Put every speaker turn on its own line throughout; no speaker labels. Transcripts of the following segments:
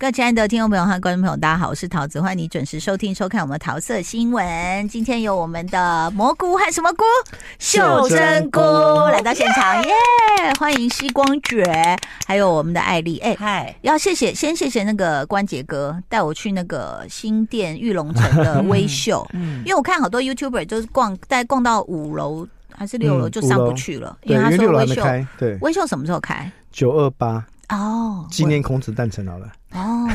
各位亲爱的听众朋友和观众朋友，大家好，我是桃子，欢迎你准时收听收看我们的桃色新闻。今天有我们的蘑菇和什么菇？
袖珍菇
来到现场，耶！欢迎西光觉，还有我们的艾丽。哎、
嗨，
要谢谢，先谢谢那个关杰哥带我去那个新店玉龙城的微秀，
嗯
因，为我看好多 YouTuber 就是逛，在逛到五楼还是六楼
嗯
就上
五
不
楼
去了，
对，
因为
因
他
为
说
六楼还
微
没
秀，
开，对，
微秀什么时候开？
九二八
哦，
纪念孔子诞辰好了，
哦，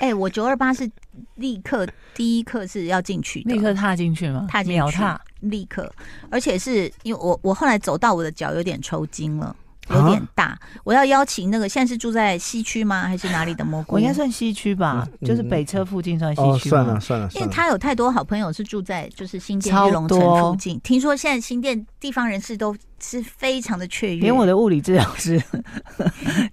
哎、我九二八是立刻第一刻是要进去的，
立刻踏进去吗？
踏进去
秒踏，
立刻，而且是因为我我后来走到我的脚有点抽筋了。
啊
有点大，我要邀请那个现在是住在西区吗？还是哪里的蘑菇？
我应该，算西区吧，
嗯
就是北车附近
哎
算西
哦，
区、
算了，算了，
因为
算了，
他有太多好朋友是住在就是新店
超
玉龙城
多
附近。听说现在新店地方人士都是非常的雀跃，
连我的物理治疗 师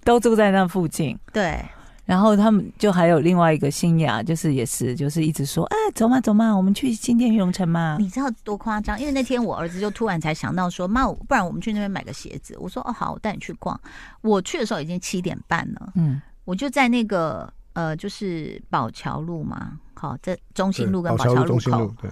都住在那附近。
对
然后他们就还有另外一个新雅，就是也是就是一直说，哎，走嘛走嘛，我们去新店玉龙城嘛。
你知道多夸张？因为那天我儿子就突然才想到说，妈，我不然我们去那边买个鞋子。我说哦好，我带你去逛。我去的时候已经七点半了，
嗯，
我就在那个呃，就是宝桥路嘛，好，在中
对
心路跟
宝
宝
桥
桥
路、
路
中心
口
路，对，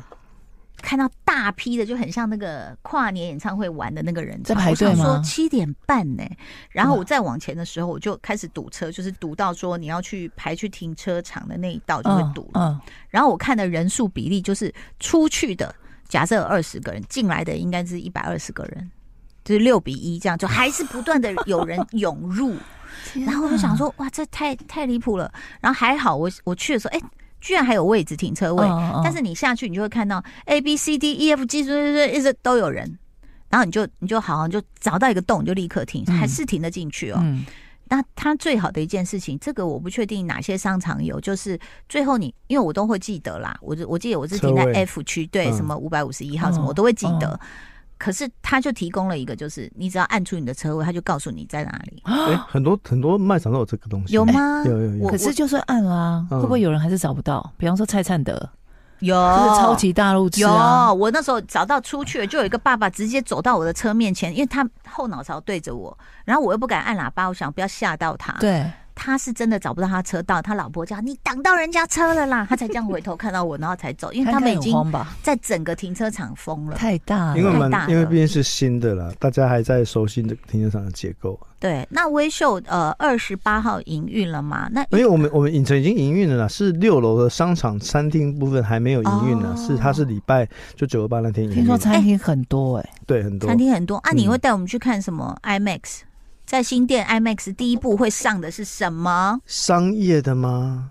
看到大批的，就很像那个跨年演唱会玩的那个人潮
在排队吗
我想说七点半呢、然后
哇
我再往前的时候，我就开始堵车，就是堵到说你要去排去停车场的那一道就会
嗯
堵了。
嗯，
然后我看的人数比例就是出去的，假设二十个人，进来的应该是一百二十个人，就是六比一这样，就还是不断的有人涌入。然后我就想说，哇，这太太离谱了。然后还好我我去的时候，哎、居然还有位置停车位。
嗯嗯
但是你下去，你就会看到 A B C D E F G，对对对，一直都有人。然后你就你就好像就找到一个洞，你就立刻停，
嗯
还是停得进去哦。
嗯，
那它最好的一件事情，这个我不确定哪些商场有，就是最后你，因为我都会记得啦，我就我记得我是停在
车位
F 区，对，
嗯
什么五百五十一号
嗯
什么，我都会记得。
嗯
可是他就提供了一个，就是你只要按出你的车位，他就告诉你在哪里，
啊
哎，很多很多卖场都有这个东西，哎
有吗？
有有有
我
可是就算按了啊，
嗯
会不会有人还是找不到？比方说蔡灿德，
有
就是超级大路
哦
痴
有，
啊，
我那时候找到出去了，就有一个爸爸直接走到我的车面前，因为他后脑勺对着我，然后我又不敢按喇叭，我想不要吓到他。
对，
他是真的找不到他车道，他老婆叫你挡到人家车了啦，他才这样回头看到我，然后才走，因为他们已经
看看很慌吧，
在整个停车场封了。
太大了，
因为
太大
蛮，
了
因为毕竟是新的啦，大家还在熟悉的停车场的结构。啊
对，那微秀呃二十八号营运了吗？那
因为我们我们影城已经营运了啦，是六楼的商场餐厅部分还没有营运呢，
哦
是它是礼拜就九二八那天营
听
运
说，餐厅很多哎、
对，很多
餐厅很多啊，
嗯
你会带我们去看什么 IMAX？在新店 IMAX 第一部会上的是什么？
商业的吗？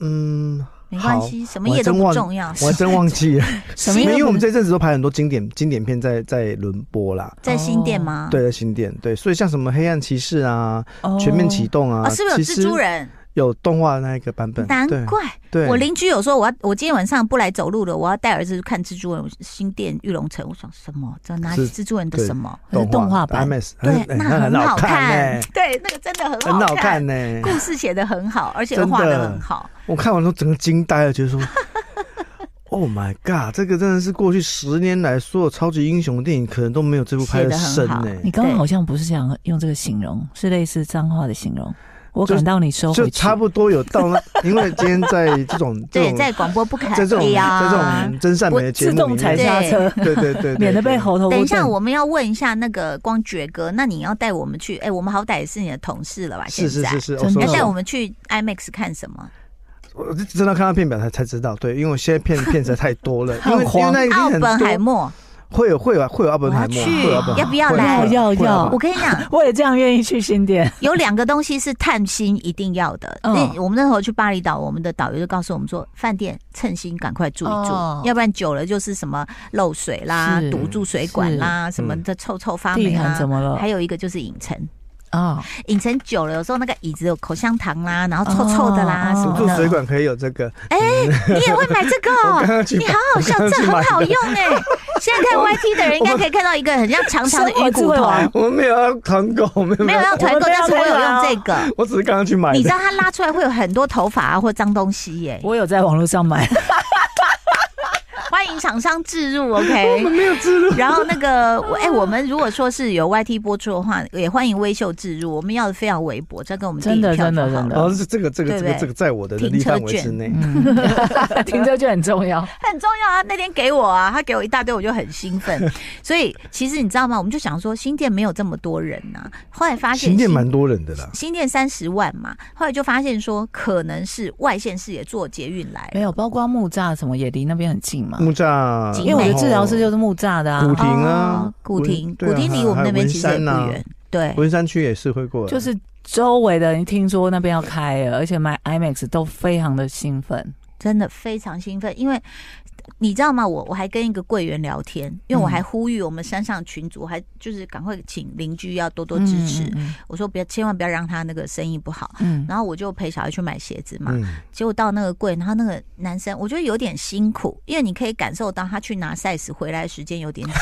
嗯，
没关系，什么
我还
业都
真
不
忘
重要。
我还真忘 记了，
什么
因
意思
为我们这阵子都拍很多经典经典片在在轮播啦。
在新店吗？
哦对，在新店，对，所以像什么黑暗骑士啊、
哦
全面启动啊，
啊，是不是有蜘蛛？人？
有动画那一个版本，
难
对
怪
对，
我邻居有说我要，我今天晚上不来走路了，我要带儿子去看蜘蛛人新店玉龙城。我想什么？这哪里
是
蜘蛛人的
对
什么？
可是动画版
IMAX，
对，那很好
好
看
呢，，
对，那个真的
很
很
好
好看
看。呢。
故事写的很好，而且
真的
画的很好。
我看完都整个惊呆了，觉得说 ，Oh my god，这个真的是过去十年来所有超级英雄电影可能都没有这部拍的深
写得
呢
很好。
你刚刚
对
好像不是想用这个形容，是类似脏话的形容。我
就
感到你收回
就
去，
差不多有到那，因为今天在这种 这
对，
种
在广播不可
在这种
以
在
啊
这。种真善美的节
自
目里
动踩
面，
刹车，
对对对对，
免得被
对
猴头。
等一下，我们要问一下那个光觉哥，那你要带我们去？哎，我们好歹也是你的同事了吧？
是
现
是
在
是嗯是，
真的
说
要带
实话
哎我们去 IMAX 看什么？
我是真的看到片表才才知道，对，因为我现在片片实在太多 了，因为
很慌
因为那一定
奥
哎很
本海
多，啊
默，
会有会有会有奥本海默，
我要去
会有奥本海默
要不要
会有
来
会有
要
会有
要
奥
我
本
跟你讲，
我也这样愿意去新店，
有两个东西是探亲一定要的。
嗯
那、我们那时候去巴厘岛，我们的导游就告诉我们说，饭店称心赶快住一住，
哦
要不然久了就是什么漏水啦、
是
堵住水管啦、什么的臭臭发
地
霉
毯
啦
怎。么了
啊还有一个就是影城，
啊？
影城久了，有时候那个椅子有口香糖啦，然后臭臭的啦、
哦
什
海默
么
住水
的。
管可以有这个，
哎、你也会买这个、哦？
刚刚去
你好好笑，
我刚刚
这
去
很
买
好用哎、现在看 YT 的人应该可以看到一个很像长长的鱼骨
生活智慧
头，啊
王
我没有要团购，没有
没有要团购，
我们不要
但是我有
推
用
了
这个。
我只是刚刚去买
你知
的，
道它拉出来会有很多头发啊或脏东西耶、
我有在网络上买，
欢迎请厂商置入，OK
我。没有植入，
然后那个，我哎、我们如果说是有 YT 播出的话，也欢迎微秀置入。我们要的非常微薄，再跟我们订
真的
票就
真的
好
真的
了
哦，是这个这个
嗯对
这
不
个
对
这个在我的能
停
力
车
范围
券
之内。
嗯， 停车就很 重要。
很重要啊！那天给我啊，他给我一大堆，我就很兴 奋。所以其实你知道吗？我们就想说新店没有这么多人呐、后来发现
新店蛮多人的啦，
新店三十万嘛，后来就发现说可能是外县市也坐捷运来
哎
没
了。
有，包括木栅什么也离那边很近
嗯
嘛。
木栅，哦
景
因为我
美
的治疗师就是木栅的
古
啊，
亭啊
哦，古亭
文，对啊
古亭离我们那边其实也不
还有文山啊
远。对，
文山区也是会过来，
就是周围的人听说那边要开了，而且买 IMAX 都非常的兴奋。
真的非常兴奋，因为你知道吗？我我还跟一个柜员聊天，因为
嗯
我还呼吁我们山上群主，还就是赶快请邻居要多多支持。
嗯
我说不要，千万不要让他那个生意不好。
嗯，
然后我就陪小孩去买鞋子嘛，
嗯，
结果到那个柜，然后那个男生我觉得有点辛苦，因为你可以感受到他去拿 size 回来的时间有点 久，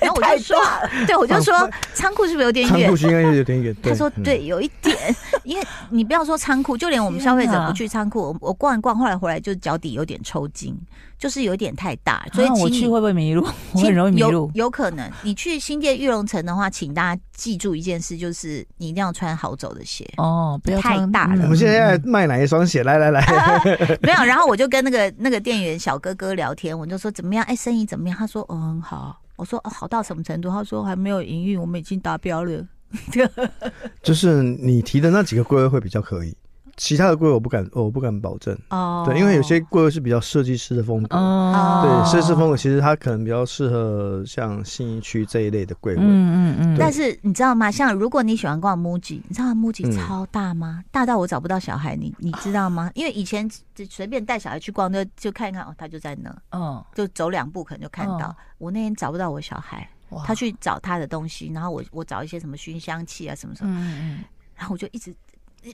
然后我就说，对我就说仓库是不是有点
仓
远
库？应该有点远。
他说
嗯
对，有一点， 因为你不要说仓库，就连我们消费者
天哪
不去仓库，我我逛一逛，后来回来就脚底有点抽筋，就是有点太大，所
所
以
以啊我
请
去
你
会不会迷路？ 我
请
很容易迷路。
有有可能你去新店玉龙城的话，请大家记住一件事，就是你一定要穿好走的鞋。
哦，不要
太
穿
大了
哎我们现在在卖哪一双鞋？来来来，
没有，然后我就跟那个那个店员小哥哥聊天，我就说怎么样？哎，生意怎么样？他说哦很好。我说哦好到什么程度？他说还没有营运，我们已经达标了。
就是你提的那几个柜位会比较可以，其他的柜位我不敢，我不敢保证。
哦，
对，因为有些柜位是比较设计师的风格，嗯
哦
对，设计师风格其实它可能比较适合像信义区这一类的柜位。
嗯嗯嗯，
但是你知道吗？像如果你喜欢逛 MUJI，你知道 MUJI
嗯
超大吗？大到我找不到小孩，你你知道 吗？因为以前只随便带小孩去逛，就就看一看哦，他就在那，
嗯，
就走两步可能就看到。
哦
我那天找不到我小孩，
哇
他，去找他的东西，然后我我找一些什么熏香器啊什么什么，
嗯嗯
然后我就一直。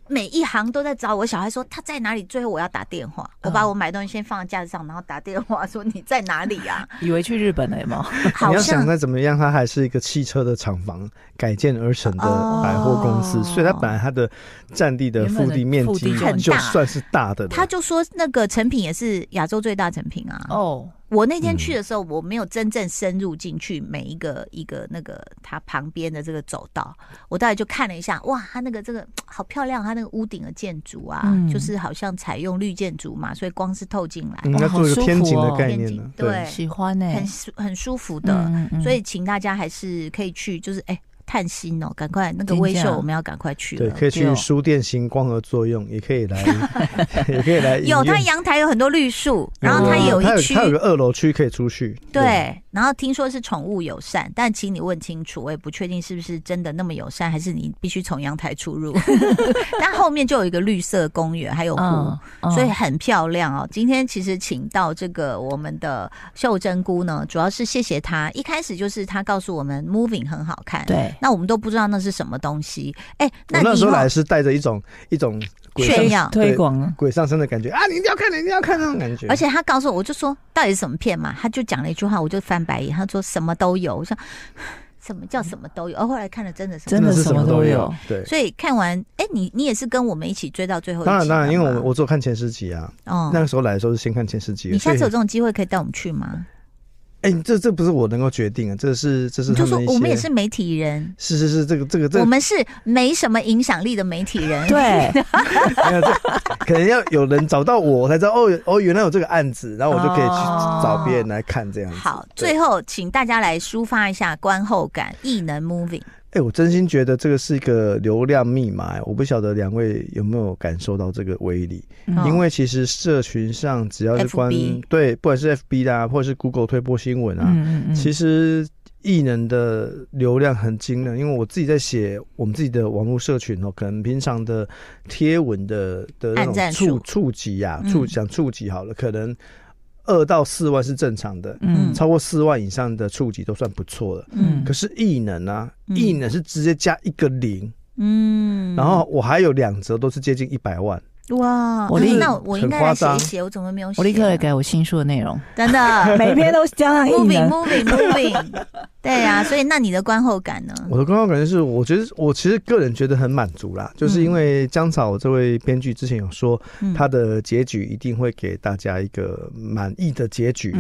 每一行都在找我小孩说他在哪里，最后我要打电话，
嗯
我把我买东西先放在架子上，然后打电话说你在哪里啊？
嗯，以为去日本了有没有？
好
你要
像
想再怎么样，它还是一个汽车的厂房改建而成的
哦
百货公司，所以它
哦
本来它的占地的
原本
腹
的
地面
腹
积
地
就很
就
大
算是大的了。
他就说那个成品也是亚洲最大成品啊。
哦，
我那天去的时候，我没有真正深入进去每一个一个那个它旁边的这个走道，我大概就看了一下，哇，它那个这个好漂亮，它那个屋顶的建筑啊，
嗯
就是好像采用绿建筑嘛，所以光是透进来，
嗯，
哇
要做一
好
个
舒
天
服
井的
哦
概
天
念
井
呢。
对
喜欢呢，
嗯
欸
很舒很舒服的。
嗯，嗯
所以请大家还是可以去，就是哎、探心哦，赶快那个
真
微秀
假
我们要赶快去
对，
了。
可以去
对
书店行光合作用，也可以来，也可以来影院。
有，啊它阳台有很多绿树，
哦
然后它
嗯
有
它
一区
它有个二楼区可以出去。
对，然后听说是宠物友善，但请你问清楚，我也哎不确定是不是真的那么友善，还是你必须从阳台出 入。但后面就有一个绿色公园，还有湖。
嗯，嗯
所以很漂亮哦。今天其实请到这个我们的秀珍姑呢，主要是谢谢她。一开始就是她告诉我们 moving 很好看，
对，
那我们都不知道那是什么东西。哎、
我
那
那
你以
时候
后
来是带着一种一种鬼上
炫耀
推广，
鬼上身的感觉啊！你一定要看，你一定要看那种感觉。
而且他告诉我，我就说到底是什么片嘛，他就讲了一句话，我就翻白眼，他说什么都有，我想什么叫什么都有，哦而后来看了真的是
真的
是
什么
都
都
有
有。
对，
所以看完，哎、你你也是跟我们一起追到最后一集
当
的吗，
然当然，因为我们我只有看前十集啊，
哦
那个时候来的时候是先看前十集。
你下次
所
有
以
这种机会可以带我们去吗？
哎，这这不是我能够决定啊，这是这是
你
他
就说
们一些
我们也是媒体人，
是是是这个这个这
我
个
们是没什么影响力的媒体人，
对，
没哎有这可能要有人找到我才知道哦原哦原来有这个案子，然后我就可以
哦
去找别人来看这样 子。
好，
对
最后请大家来抒发一下观后感，异能 moving。
哎、我真心觉得这个是一个流量密码、哎我不晓得两位有没有感受到这个威力，
嗯
哦
因为其实社群上只要是关
FB
对，不管是 FB 啦、或者是 Google 推播新闻啊，
嗯嗯
其实艺人的流量很惊人，因为我自己在写我们自己的网络社群哦，可能平常的贴文的的那
按赞
种
数
触触及呀、
嗯
触讲触及好了，可能二到四万是正常的，
嗯
超过四万以上的触及都算不错了。
嗯
嗯
可是异能啊，
嗯
异能是直接加一个零，
嗯
然后我还有两则都是接近一百万，
哇，哎
我立
那我应该来
很夸
写
张
一写，我怎么没有写呢？啊
我立刻来改我新书的 内容，
真的
每篇都加上一
啊
moving
人。
moving moving，对呀、所以那你的观后感呢？
我的观后感就是，我觉得我其实个人觉得很满足啦，就是因为江草这位编剧之前有说，
嗯
他的结局一定会给大家一个满意的结局。哦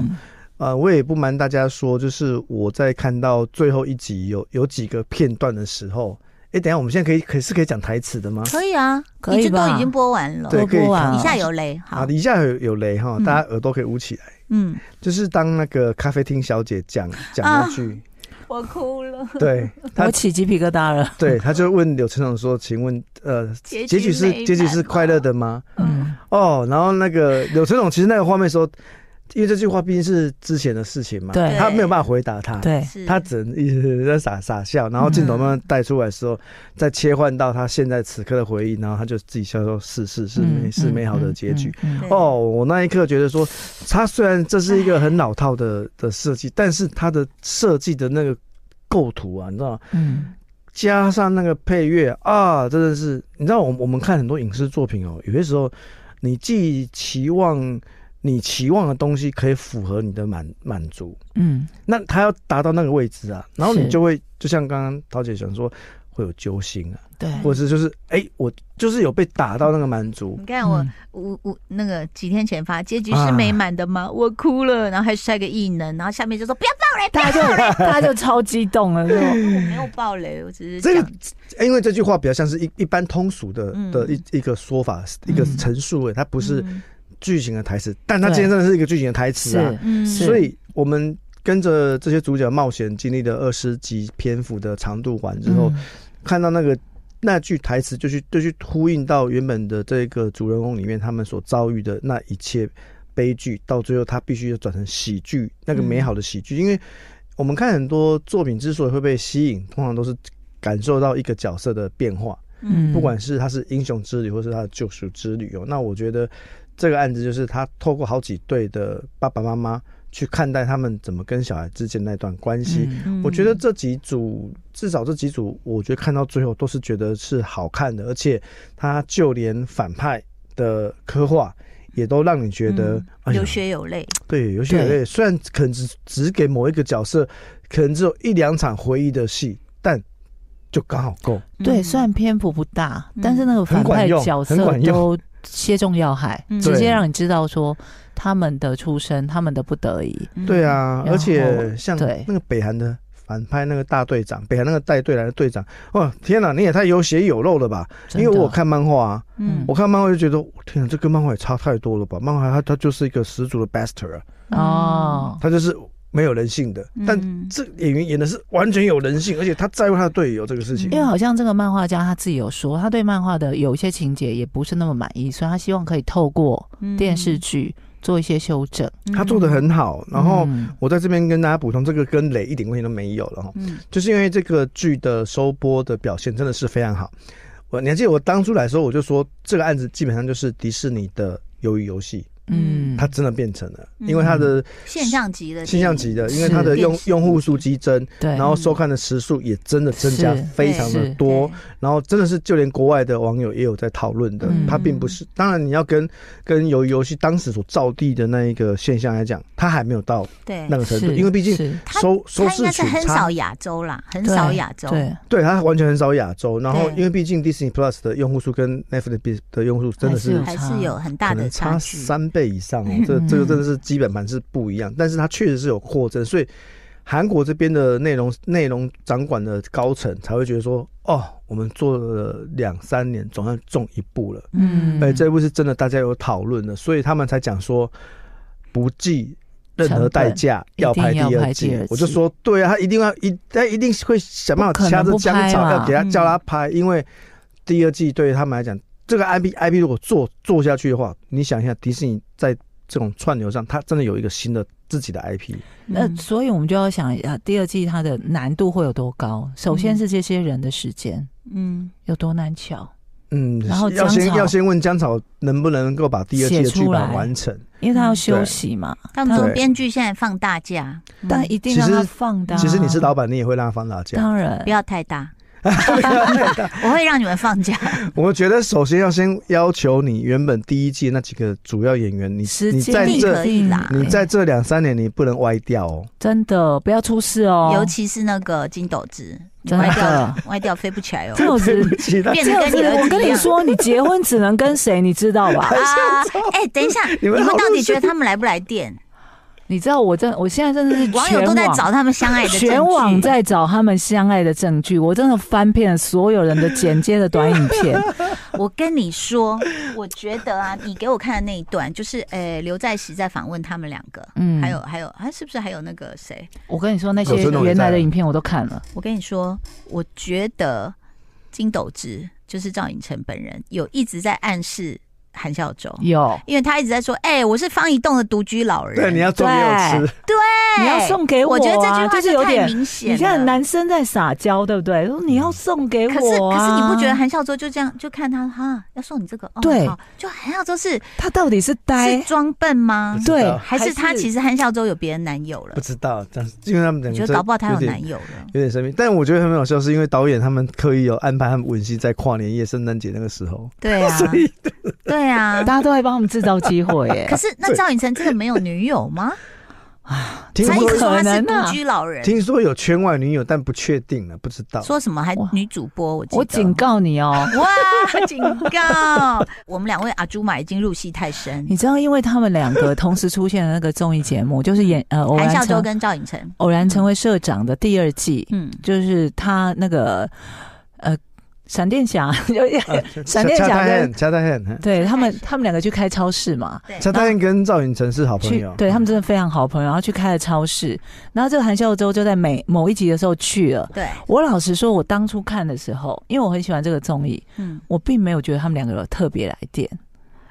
嗯，
呃，我也不瞒大家说，就是我在看到最后一集有有几个片段的时候，哎、等一下我们现在可以可是可以讲台词的吗？
可以啊，
可以
你这都
吧
已经播完了，
对
播
可以
播完
哦一
了
下有雷，好
啊，，一下有有雷哈，
嗯
大家耳朵可以捂起来。
嗯，
就是当那个咖啡厅小姐讲讲那句，
我哭了，
对她
我起鸡皮疙瘩了。
对，她就问柳成长说：“请问，呃，
结
结局是结局是快乐的吗
嗯，？”
哦，然后那 个柳成长其实那个画面说，因为这句话毕竟是之前的事情嘛，
对
他没有办法回答他，
对，
是
他只能一直在傻傻笑，然后镜头慢慢带出来的时候，
嗯
再切换到他现在此刻的回忆，然后他就自己笑说：“是是是美
嗯
是美好的结局。。
嗯嗯嗯
对
哦，我那一刻觉得说，它虽然这是一个很老套的的设计，但是它的设计的那个构图啊，你知道吗？
嗯，
加上那个配乐啊，真的是，你知道我们我们看很多影视作品哦，有些时候你既期望你期望的东西可以符合你的满满足，
嗯，
那他要达到那个位置啊，然后你
是
就会就像刚刚桃姐想说，会有揪心啊，
对，
或者是就是哎、我就是有被打到那个满足
你，看我
嗯
我我那个几天前发结局
啊
是美满的吗？我哭了，然后还晒个异能，然后下面就说不要爆雷，不
大家就大家就超激动了，
要
就
我没有爆雷，我只是
这个
讲
因为这句话比较像是一一般通俗的
嗯
的一一个说法，一个陈述而已，它不是
嗯
剧情的台词，但它
嗯对
今天真的是一个剧情的台词啊
是。
嗯
是
所以我们跟着这些主角冒险，经历了二十集篇幅的长度完 之后，
嗯
看到那个那句台词，就去就去呼应到原本的这个主人公里面他们所遭遇的那一切悲剧，到最后他必须要转成喜剧，那个美好的喜剧。因为我们看很多作品之所以会被吸引，通常都是感受到一个角色的变化。
嗯
不管是他是英雄之旅，或是他的救赎之旅哦。那我觉得这个案子就是他透过好几对的爸爸妈妈去看待他们怎么跟小孩之间那段关系。
嗯
嗯
我觉得这几组，至少这几组，我觉得看到最后都是觉得是好看的，而且他就连反派的刻画也都让你觉得、
嗯
哎呀
有血有泪，
对有血有泪。虽然可能只只给某一个角色，可能只有一两场回忆的戏，但就刚好够。
对，
嗯
虽然篇幅不大
嗯，
但是那个反
很管
派
用
角
很
色
管用
都切中要害
嗯，
直
对
接让你知道说他们的出身，他们的不得已。
嗯
对，啊，
然
而
后
且像
对
那个北韩的反派那个大队长，北韩那个带队来的队长，哇，天哪，你也太有血有肉了吧？因
真
为
的
我有看漫画啊，
嗯
我看漫画就觉得，天哪，这跟漫画也差太多了吧？漫画它它就是一个十足的 bastard，啊
哦，
它就是没有人性的，但。
嗯
这演员演的是完全有人性，而且他在乎他的队友这个事情
嗯。
因为好像这个漫画家他自己有说，他对漫画的有一些情节也不是那么满意，所以他希望可以透过
嗯
电视剧做一些修正。
他做的，很好，然后
嗯
我在这边跟大家补充，这个跟雷一点关系都没有了哈。
嗯嗯
就是因为这个剧的收播的表现真的是非常好。我你还记得我当初来的时候，我就说这个案子基本上就是迪士尼的鱿鱼游戏，
嗯，
它真的变成了，
嗯
因为它的
现象级的
现象级的，
是
因为它的用
电视
用户数激增，
对，
嗯
然后收看的时数也真的增加
是
非常的多
对，
然后真的是就连国外的网友也有在讨论的
嗯，
它并不是，当然你要跟跟鱿鱼游戏当时所造地的那一个现象来讲，它还没有到
对，
那个程度，因为毕竟
是
它
收收
它应
视
该是
取
很
差
少亚洲啦，很少
对
亚洲，
对，
对，它完全很少亚洲。然后
对
因为毕竟 Disney Plus 的用户数跟 Netflix 的用户数真的是
有
还
差
是有很
可
大的
能差
距。
三倍以上哦， 这这个真的是基本盘是不一样，但是它确实是有扩增，所以韩国这边的内容内容掌管的高层才会觉得说，哦，我们做了两三年，总算中一步了。
嗯
嗯，
哎、这部是真的大家有讨论的，所以他们才讲说不计任何代价
成
要
本
拍第
一定要
二
拍
季
第二。季
我就说，对啊，他一定要一，他一定会想办
不
法
可能
掐着
不
姜
拍
草
嘛
要给他
嗯
叫他拍，因为第二季对于他们来讲，这个 IP IP 如果做做下去的话，你想一下，迪士尼在这种串流上，它真的有一个新的自己的 IP。
那、
嗯
所以我们就要想一下，第二季它的难度会有多高？首先是这些人的时间
嗯，
有多难巧，
嗯，
然后
要
姜
先
草
要先问姜草能不能够把第二季的
写
剧
出来
本完成。
因为他要休息嘛。
他们说
对
编剧现在放大假，嗯
但一定让
其
他
实
放大、啊
其实你是老，板，你也会让他放大假。
当然
不要太大， 我会让你们放假。
我觉得首先要先要求你原本第一季那几个主要演员，你
时
你
间
在
力
这
可以啦
你在这两三年你不能歪掉哦。
真的不要出事哦，
尤其是那个金斗子，你
真的
歪掉了，歪掉飞不起来哦。
这种
对
子
不起，那
变
这
得
种
跟你
子，
儿
我
子
跟
一
你
样。
说，你结婚只能跟谁，你知道 吧？
啊，哎、等一下，
你
你
们
们
好
到底觉得
恶心
他们来不来电？
你知道我真，我现在真的 是
网友都在
全网
找他们相爱的证据
全网在找他们相爱的证据，我真的翻遍了所有人的剪接的短 影片，
我跟你说，我觉得啊，你给我看的那一段，就是呃，刘在石在访问他们两个，
嗯
还有还有，还是不是还有那个谁？
我跟你说，那
有
些
孙总也
原来
在
的影片我都看了，
我跟你说，我觉得金斗智就是赵寅成本人有一直在暗示韩孝周，
有。
因为他一直在说，哎、我是方一栋的独居老人，
对，你要做给我吃，
对
你要送给
我，
我啊
觉得这句话
就是
是
有
太
点
明显了。
你看男生在撒娇，对不对？说你要送给我、啊，
可是可是你不觉得韩孝周就这样就看他哈要送你这个哦
对
好就韩孝周是
他到底是
是
呆？
装笨吗
不？知道
对，
还是他其
实
实韩孝周有别的男友了
不？知道，但是因为他们两
我
个
觉得
真
搞不好他有
点
男友了。
有点生病，但我觉得很好笑，是因为导演他们刻意有哦安排他们吻戏在跨年夜、圣诞节那个时候，
对啊，
所以
对啊
大。家都在帮他们制造机会耶
可。是那赵寅成真的没有女友吗？
听
他一
说
直说他是
怎么可能啊
独居老人，
听说有圈外女友，但不确定啊了，不知道。
说什么还
哇
女主播？我记得
我警。告你哦，
哇！警告我们两位阿朱玛已经入戏太深，
你知道，因为他们两个同时出现的那个综艺节目，就是演呃偶
嗯韩
然
孝周
成
跟赵寅成，
偶然成为社长的第二季，
嗯，
就是他那个呃闪电 侠，有点
啊
闪电
恰
侠
恰
跟
汉，恰恰汉，
对他们
闪电侠
他们两个去开超市嘛，
对，
恰恰汉跟赵寅成是好朋
去
友，
对他们真的非常好朋友，然后去开了超市，然后这个韩孝周就在每某一集的时候去了。
对，
我老实说，我当初看的时候，因为我很喜欢这个综艺，
嗯，
我并没有觉得他们两个有特别来电。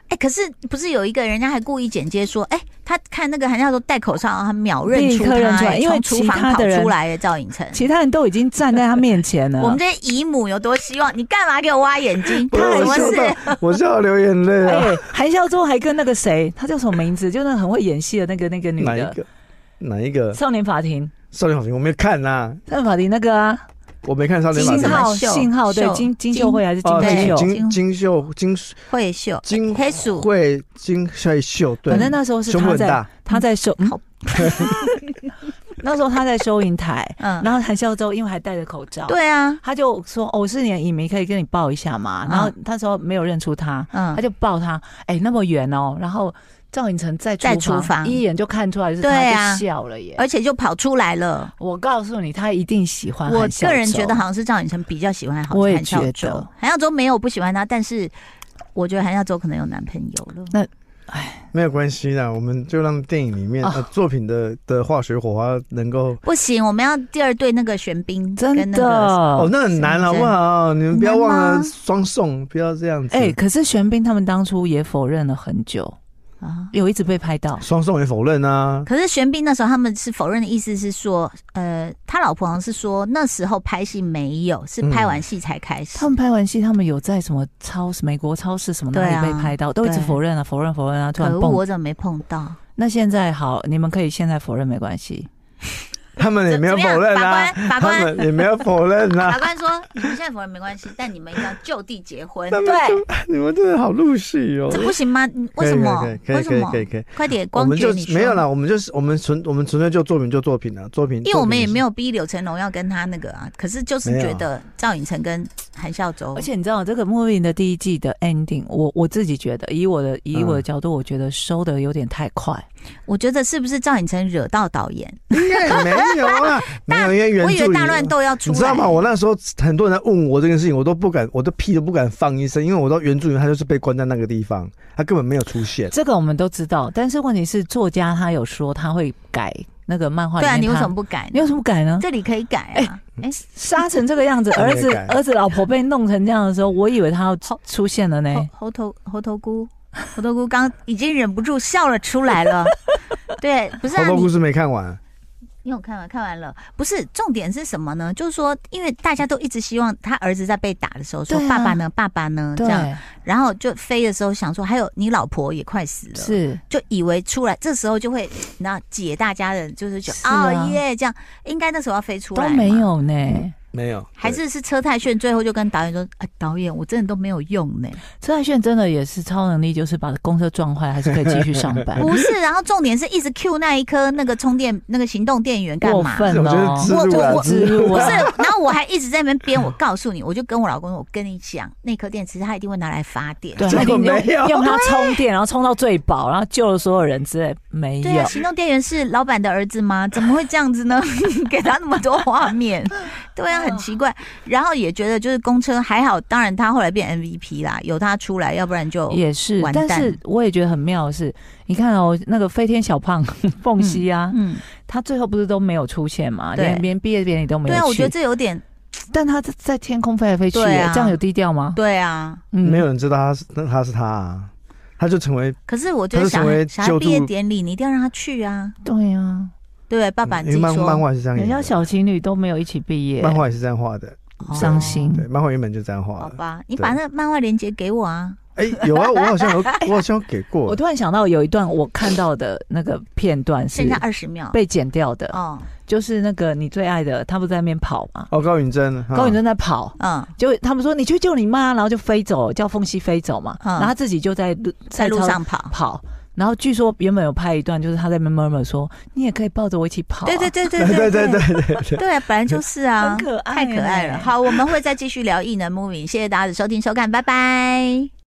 哎、可是不是有一个人家还故意剪接说，哎、他看那个韩孝周戴口罩，然后他秒认
立
出
刻
他、
认出来
哎
因为
从厨
其
房
他
跑
的人
出来的赵寅成。
其他人都已经站在他面前 了。
我 们这些姨母有多希望？你干嘛给嗯 我挖眼睛？
不是
什
我
么
笑
事？
到我笑到流眼泪啊！
哎，韩孝周还跟那个谁，他叫什么名字？就那个很会演戏的那个那个女
哪一
的，
个？哪一个？
少年法庭，
少年好评我没看呐，
少年法庭那个啊，
我没看少年
金
法
信
什
庭。
么
号
秀
信号对
秀
金金秀慧还是金
哦，
泰
对
秀？
金金秀金
会秀，
金
黑鼠，
会金帅秀，对，
哦
反正那时候是
胸部
他
很
在
大
他在收，嗯
好
那时候他在收银台，
嗯，
然后韩孝周因为还戴着口罩，，
对啊，
他就说：“哦，我是你的影迷，可以跟你抱一下嘛。”
嗯
然后他说没有认出他，
嗯
他，就抱他，哎、那么远哦。然后赵寅成在厨
在厨房
一眼就看出来是他，
对啊
就笑了耶。
而且就跑出来了。
我告诉你，他一定喜欢
我
韩孝周。
个人觉得好像是赵寅成比较喜欢
我也
韩孝
觉
周
得，
韩孝周没有不喜欢他，但是我觉得韩孝周可能有男朋友 了。
没有关系啦，我们就让电影里面、
哦
啊
呃、作品的的化学火花能够。
不行，我们要第二对那个玄彬
真
跟那
的。
个
哦，那很难好不好？你们不要忘
难
了
吗
双送，不要这样子。
哎、可是玄彬他们当初也否认了很久，
啊。
有一直被拍到。
双送也否 认啊。
可是玄彬那时候他们是否认的意思是说，呃，他老婆好像是说那时候拍戏没有，是拍完戏才开始。
他们拍完戏，他们有在什么超市、美国超市什么
对
哪
啊
里被拍到，都一直
对
否认啊，否认否认啊，突然
可恶，
蹦。
我怎么没碰到？
那现在好，你们可以现在否认没关系。
他们也没有
怎么样
否认啊，
法官法
他
官
们也没有否认
法
啊。
官说，你们现在否认没关系，但你们一定要就地结婚，
他们就，你们真的好入戏哦
这。不行吗？嗯为什么
可以？可
为
以
什
可以
么
可以可以？可以，
快点，
我
光
们
觉
就
你说
没有啦，，我们就是我们纯我们纯粹就作品就作品啊，作品。
因为我们也
作品
没有逼柳成龙要跟他那个啊，可是就是觉
啊
得赵寅成跟韩孝周，
而且你知道这个《末影》的第一季的 ending，我我自己觉得，以我的以我的
嗯
角度，我觉得收的有点太快。
我觉得是不是赵寅成惹到导演？
应该也没有啊，没有，因为原
我以
著
为
里
大乱斗要出
啊你
来，
知道吗？我那时候很多人在问我这件事情，我都不敢，我都屁都不敢放一声，因为我知道原住民他就是被关在那个地方，他根本没有出现。
这个我们都知道，但是问题是，作家他有说他会改那个漫画里
对
面
啊，
他。
你为什么不改呢？
你有什么不改呢？
这里可以改啊？哎、
杀成这 个样子，
我没
儿子
改
儿子老婆被弄成这样的时候，我以为他要出出现了呢。
哎猴猴头猴头菇，猴头菇刚已经忍不住笑了出来 了。对，不是
好
啊，
多故
你
事没看完，
你有看完看完了？不是，重点是什么呢？就是说，因为大家都一直希望他儿子在被打的时候说：“
对啊
爸爸呢，爸爸呢？”这样，
对，
然后就飞的时候想说：“还有你老婆也快死了。”
是
就以为出来，这时候就会那解大家的，就是觉得
是啊
哦耶，这样应该那时候要飞出
都
来，嗯
没，有呢。
没有，
还
对
是是车太炫最后就跟导演说：“啊，导演，我真的都没有用呢。
车太炫真的也是超能力，就是把公车撞坏，还是可以继续上班。
不是，然后重点是一直 Q 那一颗那个充电那个行动电源干
过
嘛？
分
我觉
了
得，自
我
入
我
了，
我
自入
不
我
是
了。，
然后我还一直在那边编。我告诉你，我就跟我老公说，我跟你讲，那颗电池他一定会拿来发电。
对，啊
结
他一
果
定用
没有
用它充电，然后充到最饱，然后救了所有人之类，没
对啊，
有。
行动电源是老板的儿子吗？怎么会这样子呢？ 给他那么多画面，对啊，很奇怪。然后也觉得就是公车还好，当然他后来变 MVP 啦，有他出来，要不然就
也是
完，蛋
但是我也觉得很妙的是，你看哦，那个飞天小胖 凤西啊，
嗯，
他最后不是都没有出现嘛，
对
连连毕业典礼都没有
对
去。
啊，我觉得这有点
但他在在天空飞来飞去，
对啊
这样有低调吗？
对啊。
嗯
没有。人知道他是那他是他啊，他就成为
可是我觉
他
得
是
小
成为
孩小孩
救
毕业
助
典礼，你一定要让他去啊，
对呀，
对不对？爸爸你
因
嗯
自
为
己
漫漫
说，
画也是这样演
人
的，
家小情侣都没有一起毕业，
漫画也是这样画的，
哦
伤心
对，漫画原本就这样画
好
的。
吧？你把那漫画链接给我啊。
哎，有啊，我好像有，我好像有给
我
过。
突然想到有一段我看到的那个片段是
剩下二十秒。
被剪掉的，
哦，
就是那个你最爱的，他不是在那边跑吗？
哦，高允贞，哈
高允贞在跑，
嗯，
就他们说你去救你妈，然后就飞走，叫凤西飞走嘛，
嗯
然后他自己就在路
在路
操
上跑。
跑。然后据说原本有拍一段，就是他在那边 murmur 说：“你也可以抱着我一起跑、啊。”
对对，对对
对对
对
对对对。
对，本来 就是啊
很，可爱、欸
太可爱了。。好，我们会再继续聊异能 movie，谢谢大家的收听收看，拜拜。